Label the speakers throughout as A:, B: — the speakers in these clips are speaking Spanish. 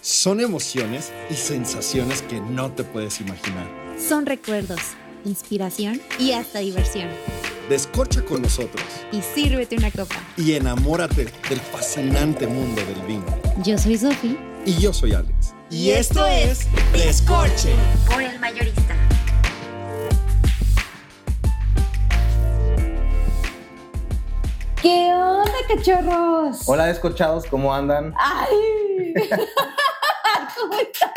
A: Son emociones y sensaciones que no te puedes imaginar.
B: Son recuerdos, inspiración y hasta diversión.
A: Descorcha con nosotros
B: Y sírvete una copa.
A: y enamórate del fascinante mundo del vino.
B: Yo soy Sofi.
A: Y yo soy Alex.
B: Y esto es
A: Descorche.
B: Por el mayorista.
C: ¿Qué onda, cachorros?
D: Hola descorchados, ¿cómo andan?
C: ¡Ay! ¿Cómo está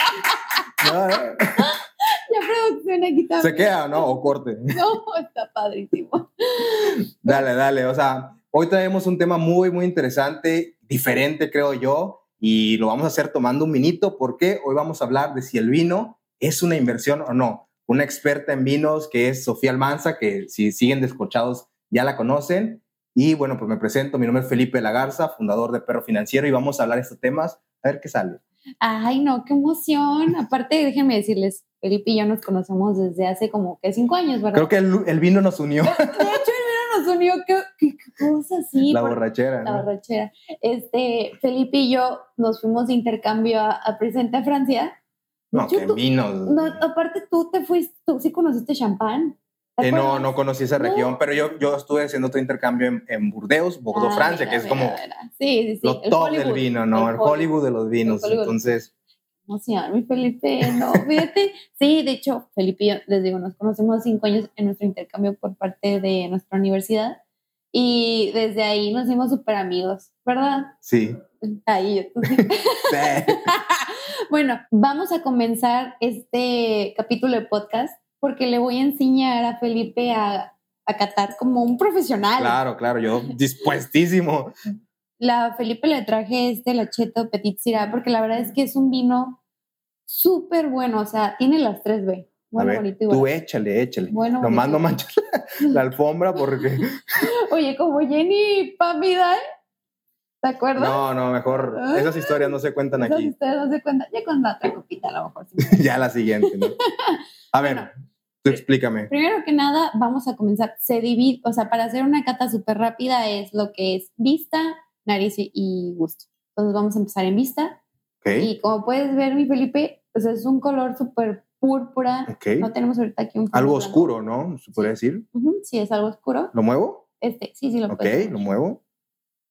D: No, eh,
C: la producción aquí también?
D: ¿Se queda o no? ¿O corte?
C: No, está padrísimo.
D: Dale, dale. O sea, hoy traemos un tema muy, muy interesante, diferente, creo yo, y lo vamos a hacer tomando un minito porque hoy vamos a hablar de si el vino es una inversión o no. Una experta en vinos que es Sofía Almanza, que si siguen descorchados ya la conocen. Y bueno, pues me presento, mi nombre es Felipe Lagarza, fundador de Perro Financiero, y vamos a hablar de estos temas, a ver qué sale.
C: Ay, no, qué emoción. Aparte, déjenme decirles, Felipe y yo nos conocemos desde hace como que cinco años, ¿verdad?
D: Creo que el, el vino nos unió,
C: De hecho, el vino nos unió, qué, qué- qué cosa así.
D: la
C: porque-
D: borrachera.
C: La
D: ¿no?
C: borrachera. Este, Felipe y yo nos fuimos de intercambio a, a Presente a Francia.
D: No,
C: Yo
D: que
C: tu-
D: vinos.
C: No, aparte, tú te fuiste, tú sí conociste champán. ¿Te
D: Eh, no,
C: acuerdas?
D: no conocí esa
C: No.
D: región, pero yo, yo estuve haciendo otro intercambio en, en Burdeos, Bordeaux,
C: Ah,
D: Francia,
C: mira,
D: que es
C: mira,
D: como
C: mira. Sí, sí, sí.
D: lo
C: el
D: top del
C: Hollywood,
D: vino, ¿no? El, Hollywood. de los vinos.
C: Hollywood.
D: Entonces,
C: No, señor, mi Felipe, no, fíjate. Sí, de hecho, Felipe y yo, les digo, nos conocemos cinco años en nuestro intercambio por parte de nuestra universidad y desde ahí nos hicimos súper amigos, ¿verdad?
D: sí.
C: Ahí yo. tú sí.
D: Sí.
C: bueno, vamos a comenzar este capítulo de podcast porque le voy a enseñar a Felipe a, a catar como un profesional.
D: claro, claro, yo dispuestísimo.
C: La Felipe le traje este Lacheto Petit Syrah porque la verdad es que es un vino súper bueno, o sea, tiene las 3B. Bueno,
D: A ver,
C: bonito y
D: tú
C: bueno.
D: échale, échale.
C: Bueno,
D: Nomás
C: bonito.
D: no manches la, la alfombra porque...
C: Oye, como Jenny Pamidal, ¿te acuerdas?
D: No, no, mejor
C: Ah.
D: esas historias no se cuentan
C: Esas
D: aquí.
C: ustedes no se cuentan. Ya con la otra copita, a lo mejor. sí.
D: ya la siguiente, ¿no? A ver, tú explícame.
C: Primero que nada, vamos a comenzar. Se divide, o sea, para hacer una cata súper rápida es lo que es vista, nariz y- y gusto. Entonces vamos a empezar en vista.
D: Ok,
C: Y como puedes ver, mi Felipe, pues es un color súper púrpura. No
D: ok.
C: tenemos ahorita aquí un fondo
D: Algo
C: blanco.
D: oscuro, ¿no? Se podría decir.
C: Ujú, sí, es algo oscuro.
D: ¿Lo muevo?
C: Este, sí, sí lo
D: Ok,
C: puedes ver.
D: lo muevo.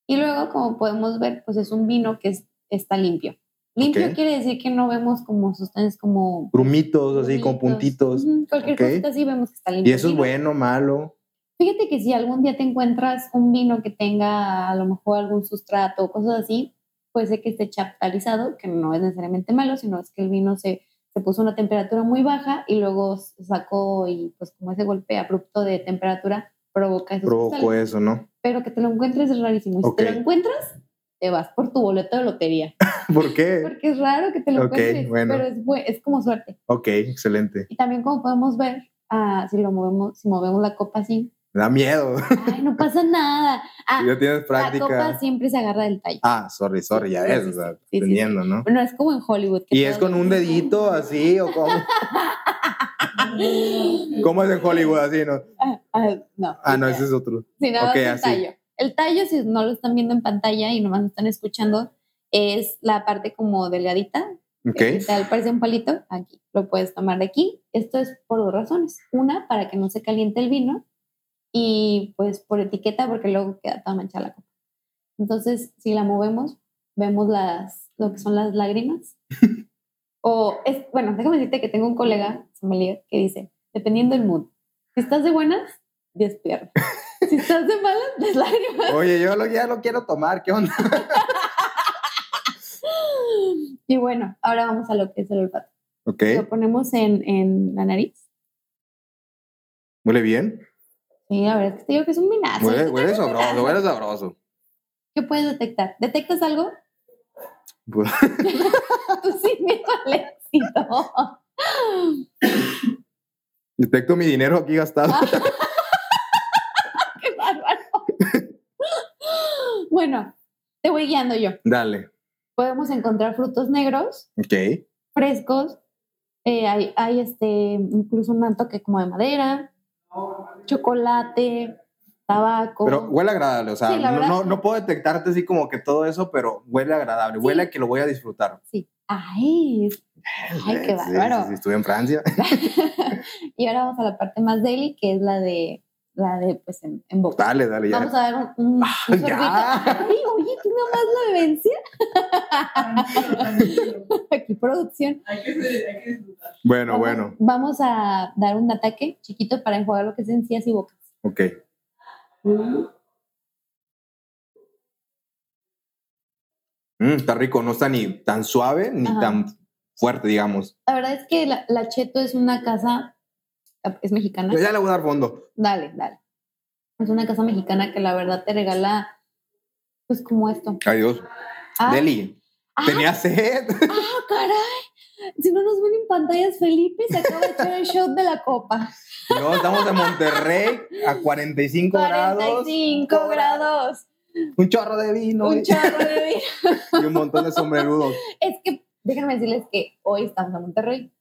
C: Y luego, como podemos ver, pues es un vino que es- está limpio. Limpio
D: Ok.
C: quiere decir que no vemos como sustancias como...
D: Grumitos, Pues así, con
C: brillitos.
D: puntitos.
C: Ujú, cualquier
D: Ok.
C: cosita así vemos que está limpio.
D: Y eso
C: el
D: es
C: vino.
D: bueno, malo.
C: Fíjate que si algún día te encuentras un vino que tenga a lo mejor algún sustrato o cosas así, puede ser que esté chaptalizado, que no es necesariamente malo, sino es que el vino se, se puso a una temperatura muy baja y luego se sacó y pues como ese golpe abrupto de temperatura provoca esos
D: Provocó
C: cristales.
D: eso, ¿no?
C: Pero que te lo encuentres es rarísimo. Y Si te
D: Ok.
C: lo encuentras, te vas por tu boleto de lotería.
D: ¿Por qué?
C: Porque es raro que te lo
D: Ok,
C: encuentres,
D: bueno.
C: pero es, bue- es como suerte.
D: Ok, excelente.
C: Y también como podemos ver, ah, si lo movemos, si movemos la copa así,
D: Me da miedo.
C: ay, no pasa nada. Ah,
D: ya tienes
C: La copa
D: práctica.
C: siempre se agarra del tallo.
D: Ah, sorry, sorry, ya
C: Sí,
D: ves,
C: sí,
D: o sea,
C: sí, sí,
D: entendiendo, ¿no?
C: No es como en Hollywood. que
D: Y es
C: todo-
D: con un dedito así o como. ¿Cómo es en Hollywood así, no?
C: Ah, ah, no.
D: Ah, no, ese es otro.
C: Si nada más
D: ok,
C: el
D: así.
C: tallo. El tallo, si no lo están viendo en pantalla y nomás lo están escuchando, es la parte como delgadita. que
D: Ok.
C: Este, Tal parece un palito. Aquí. Lo puedes tomar de aquí. Esto es por dos razones. Una, para que no se caliente el vino. Y pues por etiqueta, porque luego queda toda manchada la copa. Entonces, si la movemos, vemos las, lo que son las lágrimas. O es, bueno, déjame decirte que tengo un colega sommelier que dice, dependiendo del mood, si estás de buenas, 10 piernas. Si estás de malas, 10 lágrimas.
D: Oye, yo lo- ya lo quiero tomar, ¿qué onda?
C: Y bueno, ahora vamos a lo que es el olfato.
D: Ok,
C: Lo ponemos en, en la nariz.
D: huele bien.
C: Y la verdad es que te digo que es un minazo.
D: Huele, huele sabroso, huele sabroso.
C: ¿Qué puedes detectar? ¿Detectas algo?
D: Pues-
C: Tú sí, miedo al éxito.
D: Detecto mi dinero aquí gastado.
C: Ah. ¡Qué bárbaro! Bueno, te voy guiando yo.
D: Dale.
C: Podemos encontrar frutos negros,
D: Ok.
C: frescos. eh, hay, hay este, incluso un toque como de madera, chocolate, tabaco.
D: Pero huele agradable, o sea,
C: Sí, la
D: no,
C: verdad.
D: no, no puedo detectarte así como que todo eso, pero huele agradable,
C: Sí.
D: huele a que lo voy a disfrutar.
C: Ay, es- Ay, qué
D: Sí, sí,
C: bárbaro.
D: sí, estuve en Francia.
C: y ahora vamos a la parte más daily, que es la de, la de pues, en, en boca.
D: Dale, dale, Ah, ya. Ah,
C: Vamos a dar un, un, un sorbito.
D: ya.
C: Ay, oye, tú nomás la vivencia.
E: Tranquilo, tranquilo.
C: Aquí producción.
E: Hay que, ser- hay que disfrutar.
D: Bueno,
C: vamos,
D: bueno.
C: Vamos a dar un ataque chiquito para enjuagar lo que es encías y boca.
D: Ok. Mm, está rico, no está ni tan suave ni
C: Ajá.
D: tan fuerte, digamos.
C: La verdad es que la, la Cheto es una casa, es mexicana.
D: Pero ya le voy a dar fondo.
C: Dale, dale. Es una casa mexicana que la verdad te regala, pues como esto.
D: Adiós.
C: Ah,
D: Deli,
C: ah,
D: tenía sed.
C: ah, caray. Si no nos ven en pantallas, Felipe se acaba de echar el shot de la copa.
D: No, estamos en Monterrey a 45, grados.
C: 45 grados.
D: Un chorro de vino
C: Un
D: y-
C: chorro de vino.
D: y un montón de sombrerudos.
C: Es que déjenme decirles que hoy estamos en Monterrey.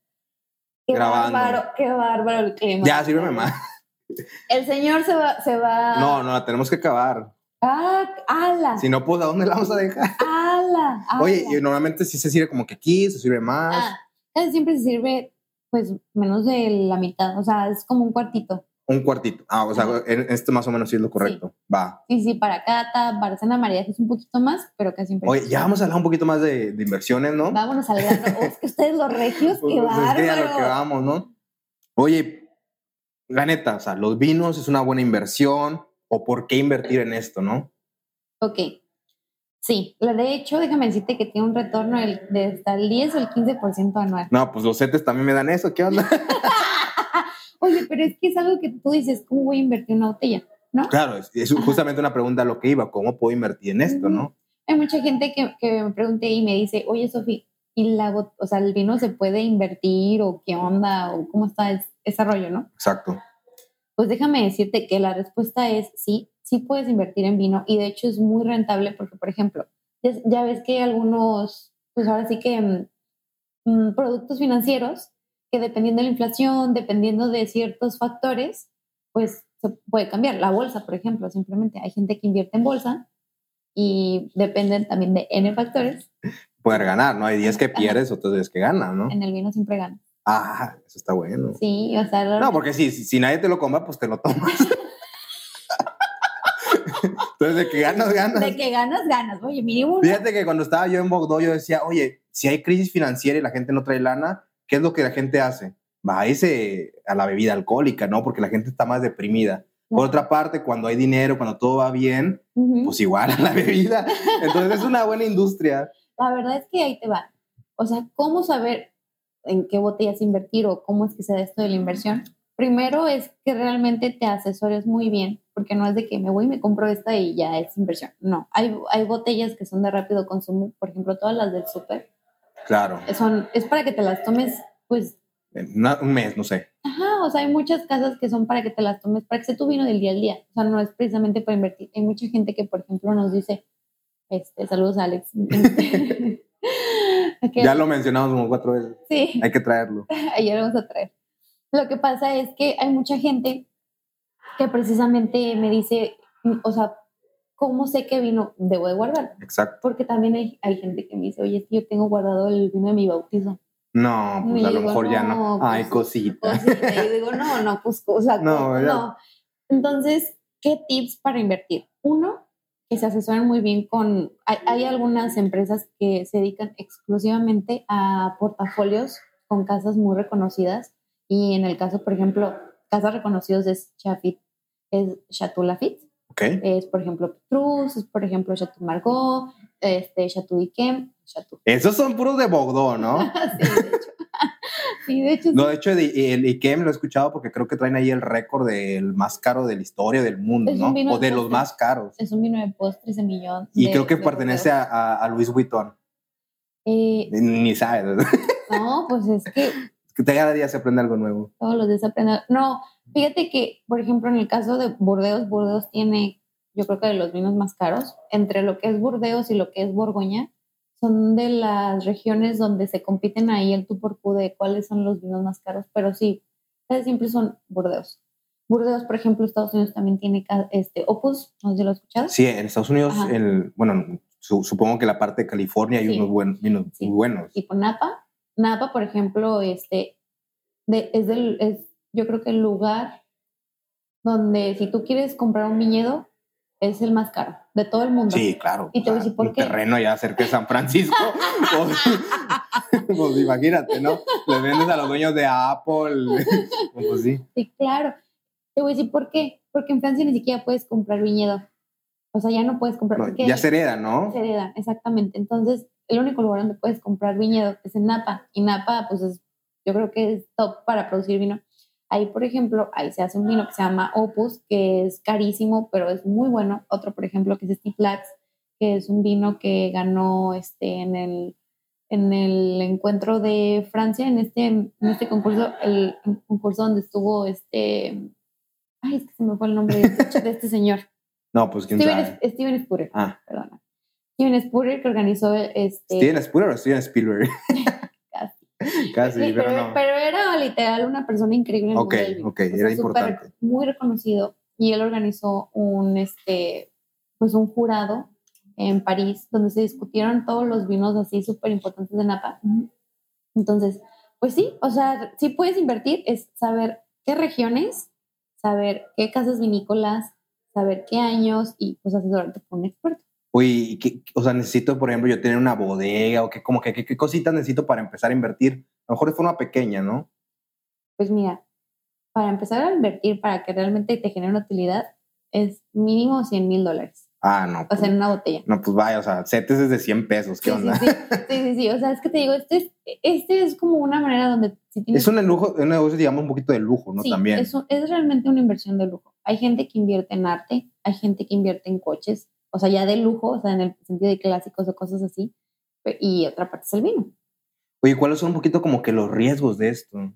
C: Qué
D: Grabando.
C: bárbaro, qué bárbaro el clima.
D: Ya, sírveme más.
C: El señor se va, se va.
D: No, no, la tenemos que acabar.
C: Ah, ala,
D: Si no, pues, ¿a dónde la vamos a dejar?
C: ala, ala.
D: Oye, y normalmente sí se sirve como que aquí, se sirve más.
C: Ah, casi siempre se sirve, pues, menos de la mitad. O sea, es como un cuartito.
D: Un cuartito. Ah, o sea,
C: Ajá.
D: en- este más o menos sí es lo correcto. Va.
C: Sí, sí, para Cata, para Santa María es un poquito más, pero casi siempre.
D: Oye, ya vamos a hablar un poquito más de, de inversiones, ¿no?
C: Vámonos al grano. Oh, es que ustedes los regios,
D: Pues,
C: qué
D: pues, es que a lo que
C: bárbaro.
D: vamos, ¿no? Oye, la neta, o sea, los vinos es una buena inversión o por qué invertir en esto, ¿no?
C: Ok. Sí, la- de hecho, déjame decirte que tiene un retorno del- de hasta el 10 o el 15% anual.
D: No, pues los setes también me dan eso, ¿qué onda?
C: Oye, pero es que es algo que tú dices, ¿cómo voy a invertir en una botella?
D: claro, es, es
C: Ajá.
D: justamente una pregunta a lo que iba, ¿cómo puedo invertir en esto,
C: Ujú.
D: no?
C: Hay mucha gente que, que me pregunta y me dice, oye, Sofi, ¿y la bot- o sea, el vino se puede invertir o qué onda o cómo está es- ese rollo, no?
D: Exacto.
C: Pues déjame decirte que la respuesta es sí, sí puedes invertir en vino y de hecho es muy rentable porque, por ejemplo, ya, ya ves que hay algunos, pues ahora sí que mm, mm, productos financieros que dependiendo de la inflación, dependiendo de ciertos factores, pues se puede cambiar. La bolsa, por ejemplo, simplemente hay gente que invierte en bolsa y dependen también de N factores.
D: Poder ganar, ¿no? Hay días que
C: Ajá.
D: pierdes, otros días que ganas, ¿no?
C: En el vino siempre gana.
D: Ah, eso está bueno.
C: Sí, o sea,
D: No, porque si, si si nadie te lo compra, pues te lo tomas. Entonces, de que ganas, ganas.
C: de que ganas, ganas. Oye, mínimo una
D: Fíjate que cuando estaba yo en Bogdó, yo decía, oye, si hay crisis financiera y la gente no trae lana, ¿qué es lo que la gente hace? Va a irse a la bebida alcohólica, ¿no? Porque la gente está más deprimida. Por otra parte, cuando hay dinero, cuando todo va bien,
C: Ujú.
D: pues igual a la bebida. Entonces es una buena industria.
C: La verdad es que ahí te va. O sea, ¿cómo saber en qué botellas invertir o cómo es que se da esto de la inversión? Primero es que realmente te asesores muy bien, porque no es de que me voy y me compro esta y ya es inversión. No, hay, hay botellas que son de rápido consumo, por ejemplo, todas las del súper,
D: Claro,
C: son, es para que te las tomes, pues,
D: en una- un mes, no sé.
C: ajá, o sea, hay muchas casas que son para que te las tomes, para que sea tu vino del día al día, o sea, no es precisamente para invertir. Hay mucha gente que, por ejemplo, nos dice, este, saludos Alex. Este, que-
D: Ya lo mencionamos como cuatro veces.
C: Sí,
D: Hay que traerlo.
C: ayer vamos a traer. Lo que pasa es que hay mucha gente que precisamente me dice, mm, o sea, ¿cómo sé qué vino debo de guardar?
D: Exacto.
C: Porque también hay, hay gente que me dice, oye, es que yo tengo guardado el vino de mi bautizo.
D: No, pues
C: Y
D: a lo
C: digo,
D: mejor ya
C: no,
D: no. Ay,
C: pues,
D: cosita.
C: Cosita. Y yo digo, no, no, pues, o sea,
D: No,
C: ¿cómo
D: ya.
C: no? Entonces, ¿qué tips para invertir? Uno, que se asesoren muy bien con, hay, hay algunas empresas que se dedican exclusivamente a portafolios con casas muy reconocidas y en el caso, por ejemplo, casas reconocidas es Chafit, es Chateau Lafitte,
D: Ok.
C: es por ejemplo Petrus, es por ejemplo Chateau Margaux, este, Chateau Yquem, Chateau. Ah,
D: Esos son puros de Bogdó, ¿no?
C: Sí, de hecho. sí, de hecho,
D: No, de hecho, el, el IKEM lo he escuchado porque creo que traen ahí el récord del más caro de la historia del mundo,
C: Es
D: ¿no?
C: un vino
D: O de los
C: dulce.
D: más caros.
C: es un vino de postres de millón.
D: Y
C: de-
D: creo que
C: de
D: pertenece a, a- a Luis Vuitton.
C: Eh,
D: Ni sabes.
C: no, pues es que
D: que cada día se aprende algo nuevo.
C: todos los días aprender. No, fíjate que, por ejemplo, en el caso de Burdeos, Burdeos tiene, yo creo que de los vinos más caros, entre lo que es Burdeos y lo que es Borgoña, son de las regiones donde se compiten ahí el tú por tú de cuáles son los vinos más caros, pero sí, casi siempre son Burdeos. Burdeos, por ejemplo, Estados Unidos también tiene ca- este Opus, no sé si lo has escuchado.
D: Sí, en Estados Unidos,
C: Ajá.
D: el, bueno, su- supongo que la parte de California hay
C: Sí.
D: unos buen- vinos
C: Sí.
D: muy buenos.
C: tipo Napa. Napa, por ejemplo, este, de- es, del, es yo creo que el lugar donde si tú quieres comprar un viñedo es el más caro de todo el mundo.
D: Sí, claro.
C: Y te voy a
D: o sea,
C: decir por
D: un
C: qué.
D: terreno ya cerca de San Francisco. pues, pues imagínate, ¿no? Les vendes a los dueños de Apple. pues sí.
C: Sí, claro. Te voy a decir por qué. Porque en Francia ni siquiera puedes comprar viñedo. O sea, ya no puedes comprar.
D: No,
C: porque
D: ya se hereda, ¿no?
C: se hereda, exactamente. Entonces, el único lugar donde puedes comprar viñedo es en Napa. Y Napa, pues es, yo creo que es top para producir vino. Ahí, por ejemplo, ahí se hace un vino que se llama Opus, que es carísimo, pero es muy bueno. Otro, por ejemplo, que es Steve Platts, que es un vino que ganó este, en, el, en el encuentro de Francia, en este, en este concurso, el concurso donde estuvo este... Ay, es que se me fue el nombre de este, de este señor.
D: No, pues quién
C: Steven,
D: sabe.
C: Steven Spurrier
D: Ah,
C: perdona. Steven Spurrier que organizó este
D: ¿Steven Spielberg o Steven Spielberg? Casi,
C: Sí,
D: pero no.
C: pero era literal una persona increíble. en el
D: Ok,
C: mundo del vino.
D: ok, era
C: súper,
D: importante.
C: Muy reconocido y él organizó un este pues un jurado en París donde se discutieron todos los vinos así súper importantes de Napa. Entonces, pues sí, o sea, sí puedes invertir es saber qué regiones, saber qué casas vinícolas, saber qué años y pues asesorarte con un experto.
D: Oye, ¿y qué- o sea, necesito, por ejemplo, yo tener una bodega o qué, como que, qué, qué cositas necesito para empezar a invertir. A lo mejor de forma pequeña, ¿no?
C: Pues mira, para empezar a invertir, para que realmente te genere una utilidad, es mínimo 100 mil dólares.
D: Ah, no.
C: O
D: Pues,
C: sea, en una botella.
D: no, pues vaya, o sea, setes desde 100 pesos, ¿qué
C: Sí, sí,
D: onda?
C: sí, sí, sí, sí. O sea, es que te digo, este es, este es como una manera donde si tienes...
D: Es un, lujo, un negocio, digamos, un poquito de lujo, ¿no?
C: Sí,
D: También.
C: Es, un- es realmente una inversión de lujo. Hay gente que invierte en arte, hay gente que invierte en coches, o sea, ya de lujo, o sea, en el sentido de clásicos o cosas así. Pe- Y otra parte es el vino.
D: Oye, ¿cuáles son un poquito como que los riesgos de esto?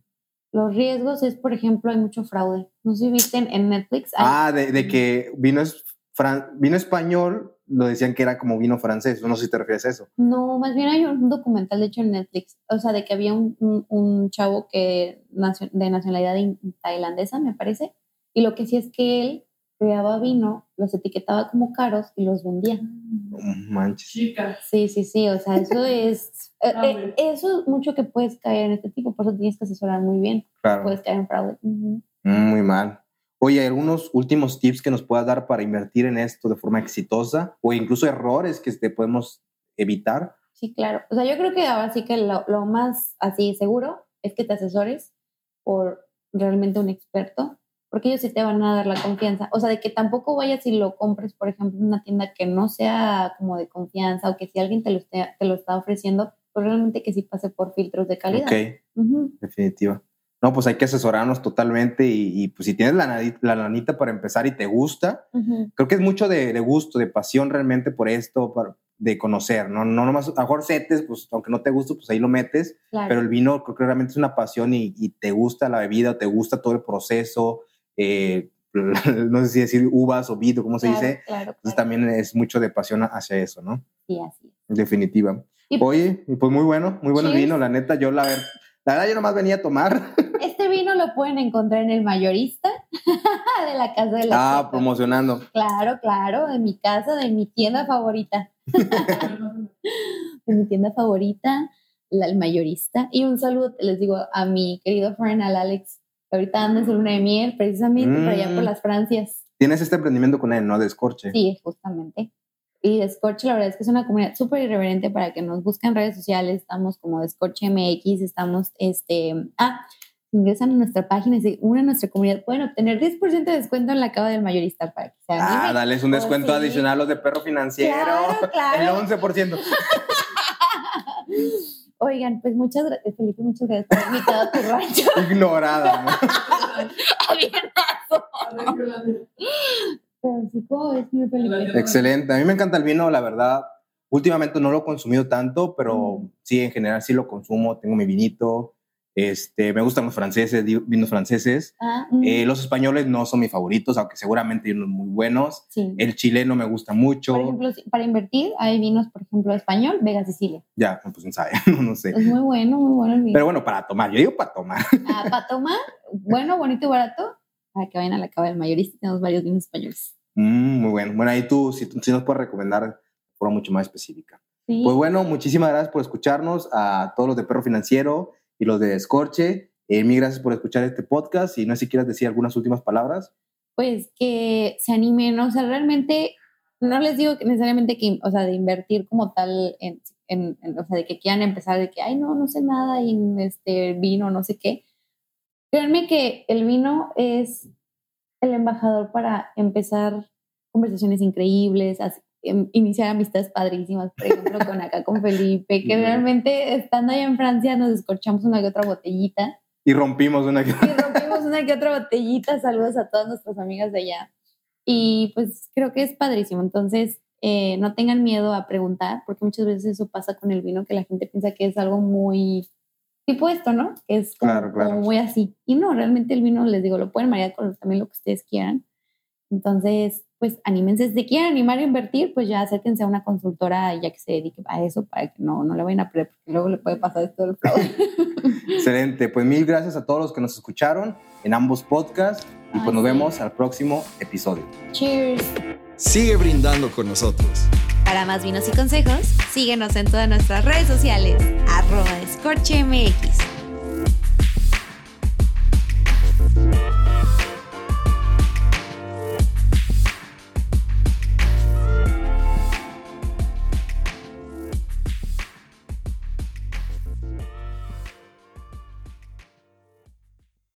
C: Los riesgos es, por ejemplo, hay mucho fraude. No sé si viste en, en Netflix. hay-
D: Ah, de, de que vino, es fran- vino español, lo decían que era como vino francés. No sé si te refieres a eso.
C: No, más bien hay un documental, de hecho, en Netflix, o sea, de que había un, un- un chavo que nació, de nacionalidad in- tailandesa, me parece, y lo que sí es que él creaba vino, los etiquetaba como caros y los vendía.
D: No manches.
E: Chicas.
C: Sí, sí, sí, o sea, eso es, eh,
E: Ah,
C: eh,
E: bueno.
C: eso es mucho que puedes caer en este tipo, por eso tienes que asesorar muy bien,
D: Claro.
C: puedes caer en fraude. Ujú.
D: Mm, Muy mal. Oye, ¿hay algunos últimos tips que nos puedas dar para invertir en esto de forma exitosa o incluso errores que te podemos evitar?
C: Sí, claro. O sea, yo creo que ahora sí que lo, lo más así seguro es que te asesores por realmente un experto, porque ellos sí te van a dar la confianza. O sea, de que tampoco vayas y lo compres, por ejemplo, en una tienda que no sea como de confianza o que si alguien te lo, esté- te lo está ofreciendo, pues realmente que sí pase por filtros de calidad.
D: Ok,
C: Ujú.
D: definitiva. No, pues hay que asesorarnos totalmente y, y, pues si tienes la, nadi- la lanita para empezar y te gusta,
C: Ujú.
D: creo que es mucho de, de gusto, de pasión realmente por esto, para- de conocer, ¿no? No nomás, a lo mejor setes, pues aunque no te guste, pues ahí lo metes,
C: Claro.
D: pero el vino creo que realmente es una pasión y, y te gusta la bebida, te gusta todo el proceso, eh, no sé si decir uvas o vino, ¿cómo se
C: Claro,
D: dice? pues,
C: Claro,
D: Entonces
C: claro.
D: también es mucho de pasión hacia eso, ¿no?
C: Sí, así.
D: En definitiva.
C: Y-
D: Oye, y pues muy bueno, muy bueno el
C: Cheers.
D: vino, la neta, yo la, ver- la verdad yo nomás venía a tomar.
C: Este vino lo pueden encontrar en el mayorista de la Casa de la
D: Ah,
C: Checa.
D: promocionando.
C: Claro, claro, de mi casa, de mi tienda favorita. de mi tienda favorita, la, el mayorista. Y un saludo, les digo, a mi querido friend, al Alex, que ahorita anda en su luna de miel, precisamente por allá por
D: Mm.
C: las Francias.
D: Tienes este emprendimiento con él, ¿no? De escorche.
C: Sí, justamente. Y Descorche, la verdad es que es una comunidad súper irreverente para que nos busquen en redes sociales. Estamos como Descorche MX, estamos, este, ah, ingresan a nuestra página y se unen a nuestra comunidad. Pueden obtener 10% de descuento en la cava del mayorista para que se
D: Ah,
C: animen.
D: dales un
C: Oh,
D: descuento
C: sí.
D: adicional a los de perro financiero.
C: Claro, claro.
D: El 11%.
C: Oigan, pues muchas gracias, Felipe, muchas gracias por haberme invitado a tu rancho.
D: Ignorada, ¿no?
C: Pero sí, ¿cómo ves, mi Felipe?
D: Excelente. A mí me encanta el vino, la verdad. Últimamente no lo he consumido tanto, pero
C: Mm.
D: sí, en general sí lo consumo. Tengo mi vinito. Este, me gustan los franceses, di- vinos franceses.
C: Ah, mm,
D: Eh, los españoles no son mis favoritos, aunque seguramente hay unos muy buenos.
C: sí.
D: El chileno me gusta mucho.
C: Por ejemplo, si- para invertir hay vinos, por ejemplo, español, Vega Sicilia.
D: ya, pues no sabe, no sé.
C: Es muy bueno, muy bueno el vino.
D: Pero bueno, para tomar, yo digo para tomar.
C: Ah, para tomar, bueno, bonito y barato, para que vayan a la cava del mayorista, tenemos varios vinos españoles.
D: Mm, muy bueno. Bueno, ahí tú, si, si nos puedes recomendar forma mucho más específica.
C: Sí.
D: Pues bueno, muchísimas gracias por escucharnos a todos los de Perro Financiero y los de Escorche. Eh, mil gracias por escuchar este podcast y no sé si quieras decir algunas últimas palabras.
C: pues que se animen, o sea, realmente no les digo que necesariamente que, o sea, de invertir como tal en, en- en- o sea, de que quieran empezar de que, ay, no, no sé nada y este vino, no sé qué. Créanme que el vino es el embajador para empezar conversaciones increíbles, as- em- iniciar amistades padrísimas, por ejemplo, con acá con Felipe, que
D: Ujú.
C: realmente estando allá en Francia nos descorchamos una que otra botellita
D: Y rompimos una...
C: y rompimos una que otra botellita. Saludos a todas nuestras amigas de allá. Y pues creo que es padrísimo. Entonces, eh, no tengan miedo a preguntar, porque muchas veces eso pasa con el vino, que la gente piensa que es algo muy tipo esto, ¿no? Que es como,
D: Claro, claro.
C: como muy así. Y no, realmente el vino, les digo, lo pueden marear con también lo que ustedes quieran. Entonces, pues anímense. Si quieren animar a invertir, pues ya acérquense a una consultora ya que se dedique a eso, para que no, no le vayan a perder, porque luego le puede pasar esto del fraude.
D: Excelente. Pues mil gracias a todos los que nos escucharon en ambos podcasts y pues
C: Ay,
D: nos
C: sí.
D: vemos al próximo episodio.
C: Cheers.
A: Sigue brindando con nosotros.
B: Para más vinos y consejos, síguenos en todas nuestras redes sociales. Arroba escorchemx.